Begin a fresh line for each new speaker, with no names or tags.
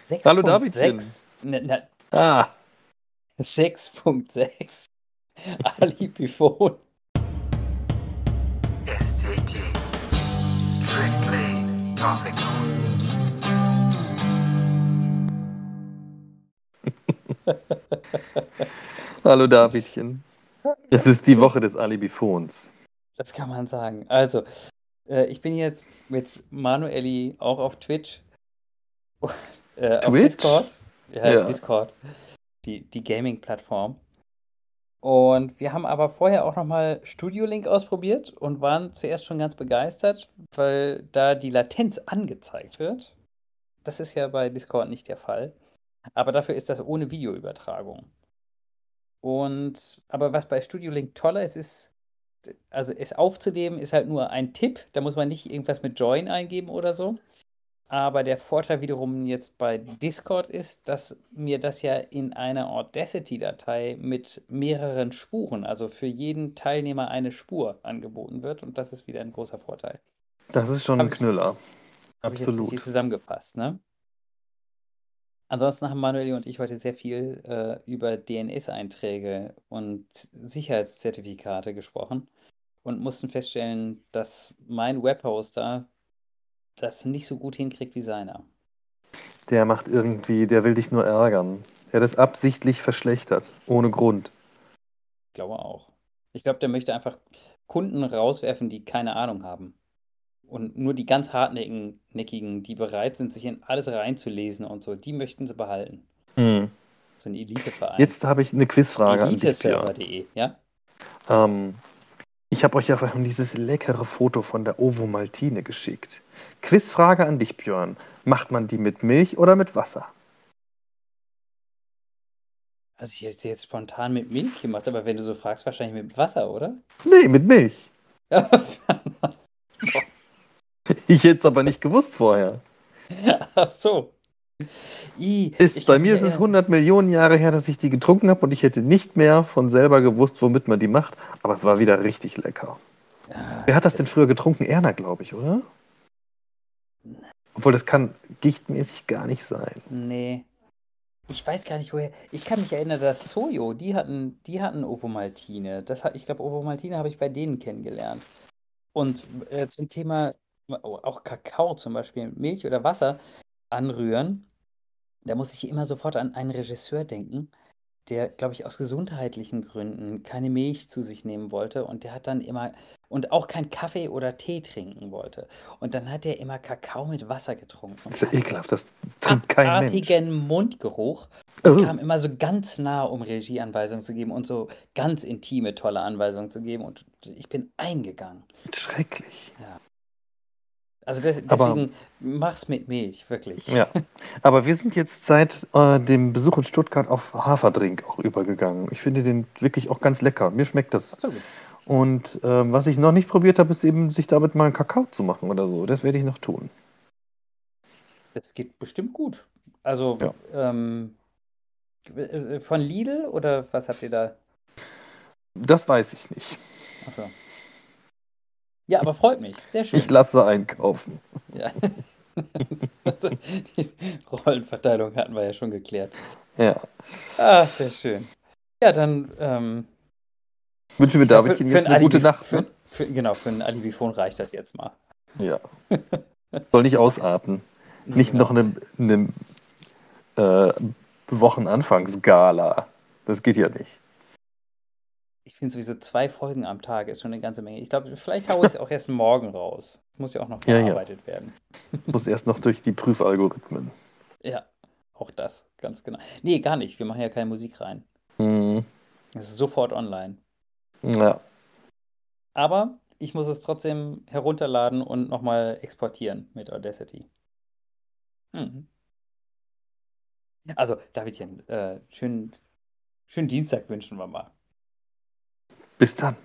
6.
Hallo, Davidchen.
6. Na, na,
Ah,
6.6. Ali Pifon.
STT. Strictly topical.
hallo Davidchen. Es ist die Woche des Alibi-Phones.
Das kann man sagen. Also, äh, ich bin jetzt mit Manueli auch auf Twitch. äh, Auf
Twitch?
Discord. Ja,
Ja.
Discord. Die, die Gaming-Plattform. Und wir haben aber vorher auch nochmal Studio Link ausprobiert und waren zuerst schon ganz begeistert, weil da die Latenz angezeigt wird. Das ist ja bei Discord nicht der Fall. Aber dafür ist das ohne Videoübertragung. Und, aber was bei Studio Link toller ist, ist, also es aufzunehmen ist halt nur ein Tipp. Da muss man nicht irgendwas mit Join eingeben oder so. Aber der Vorteil wiederum jetzt bei Discord ist, dass mir das ja in einer Audacity-Datei mit mehreren Spuren, also für jeden Teilnehmer eine Spur angeboten wird. Und das ist wieder ein großer Vorteil.
Das ist schon
Hab
ein
ich-
Knüller.
Hab ich jetzt richtig
Absolut.
zusammengefasst, ne? Ansonsten haben Manuel und ich heute sehr viel äh, über DNS-Einträge und Sicherheitszertifikate gesprochen und mussten feststellen, dass mein Webhoster das nicht so gut hinkriegt wie seiner.
Der macht irgendwie, der will dich nur ärgern. Er hat es absichtlich verschlechtert. Ohne Grund.
Ich glaube auch. Ich glaube, der möchte einfach Kunden rauswerfen, die keine Ahnung haben. Und nur die ganz hartnäckigen, neckigen, die bereit sind, sich in alles reinzulesen und so, die möchten sie behalten.
Hm.
So ein Eliteverein.
Jetzt habe ich eine Quizfrage an dich, Björn.
Eliteserver.de, ja?
Ähm, ich habe euch ja vorhin dieses leckere Foto von der Ovo Maltine geschickt. Quizfrage an dich, Björn. Macht man die mit Milch oder mit Wasser?
Also ich hätte sie jetzt spontan mit Milch gemacht, aber wenn du so fragst, wahrscheinlich mit Wasser, oder?
Nee, mit Milch.
Ach
Ich hätte es aber nicht gewusst vorher.
so. I,
Ist,
ich
bei
kann
mir
mich
ist es
erinnern.
100 Millionen Jahre her, dass ich die getrunken habe und ich hätte nicht mehr von selber gewusst, womit man die macht. Aber es war wieder richtig lecker.
Ah,
Wer hat das denn früher getrunken? Erna, glaube ich, oder? Obwohl, das kann gichtmäßig gar nicht sein.
Nee. Ich weiß gar nicht, woher. Ich kann mich erinnern, dass Sojo, die hatten, die hatten Ovomaltine. Das hat, ich glaube, Ovomaltine habe ich bei denen kennengelernt. Und äh, zum Thema oh, auch Kakao zum Beispiel, Milch oder Wasser anrühren, da muss ich immer sofort an einen Regisseur denken, der, glaube ich, aus gesundheitlichen Gründen keine Milch zu sich nehmen wollte und der hat dann immer und auch keinen Kaffee oder Tee trinken wollte. Und dann hat er immer Kakao mit Wasser getrunken. Und
Das ist ja
hatte-
ekelhaft, das trinkt kein Mensch.
abartigen Mundgeruch
Oh.
kam immer so ganz nah, um Regieanweisungen zu geben und so ganz intime, tolle Anweisungen zu geben. Und ich bin eingegangen.
Schrecklich.
Also des,
Aber-
deswegen mach's mit Milch, wirklich.
Ja. Aber wir sind jetzt seit äh, dem Besuch in Stuttgart auf Haferdrink auch übergegangen. Ich finde den wirklich auch ganz lecker. Mir schmeckt das.
So gut.
Und ähm, was ich noch nicht probiert habe, ist eben, sich damit mal einen Kakao zu machen oder so. Das werde ich noch tun.
Das geht bestimmt gut. Also
Ja.
ähm, äh, von Lidl oder was habt ihr da?
Das weiß ich nicht.
Achso. Ja, aber freut mich. Sehr schön.
Ich lasse einkaufen.
ja. also, die Rollenverteilung hatten wir ja schon geklärt.
Ja.
Ah, sehr schön. Ja, dann ähm,
Wünschen wir
Ja,
David
für-
Ihnen
für
jetzt
ein
eine gute
Alibi-
Nacht.
Für,
Ne?
für, genau, für ein Alibifon reicht das jetzt mal.
Ja. Soll nicht ausarten. Nicht
Genau.
noch eine, eine äh, Wochenanfangsgala. Das geht ja nicht.
Ich finde sowieso zwei Folgen am Tag ist schon eine ganze Menge. Ich glaube, vielleicht haue ich es auch erst morgen raus. Muss ja auch noch
Ja, ja.
bearbeitet werden.
Muss erst noch durch die Prüfalgorithmen.
Ja, auch das, ganz genau. Nee, gar nicht. Wir machen ja keine Musik rein. Mhm.
Hm.
Es ist sofort online.
Ja.
Aber ich muss es trotzdem herunterladen und nochmal exportieren mit Audacity. Mhm. Also, Davidchen, äh, schönen, schönen Dienstag wünschen wir mal.
Bis dann.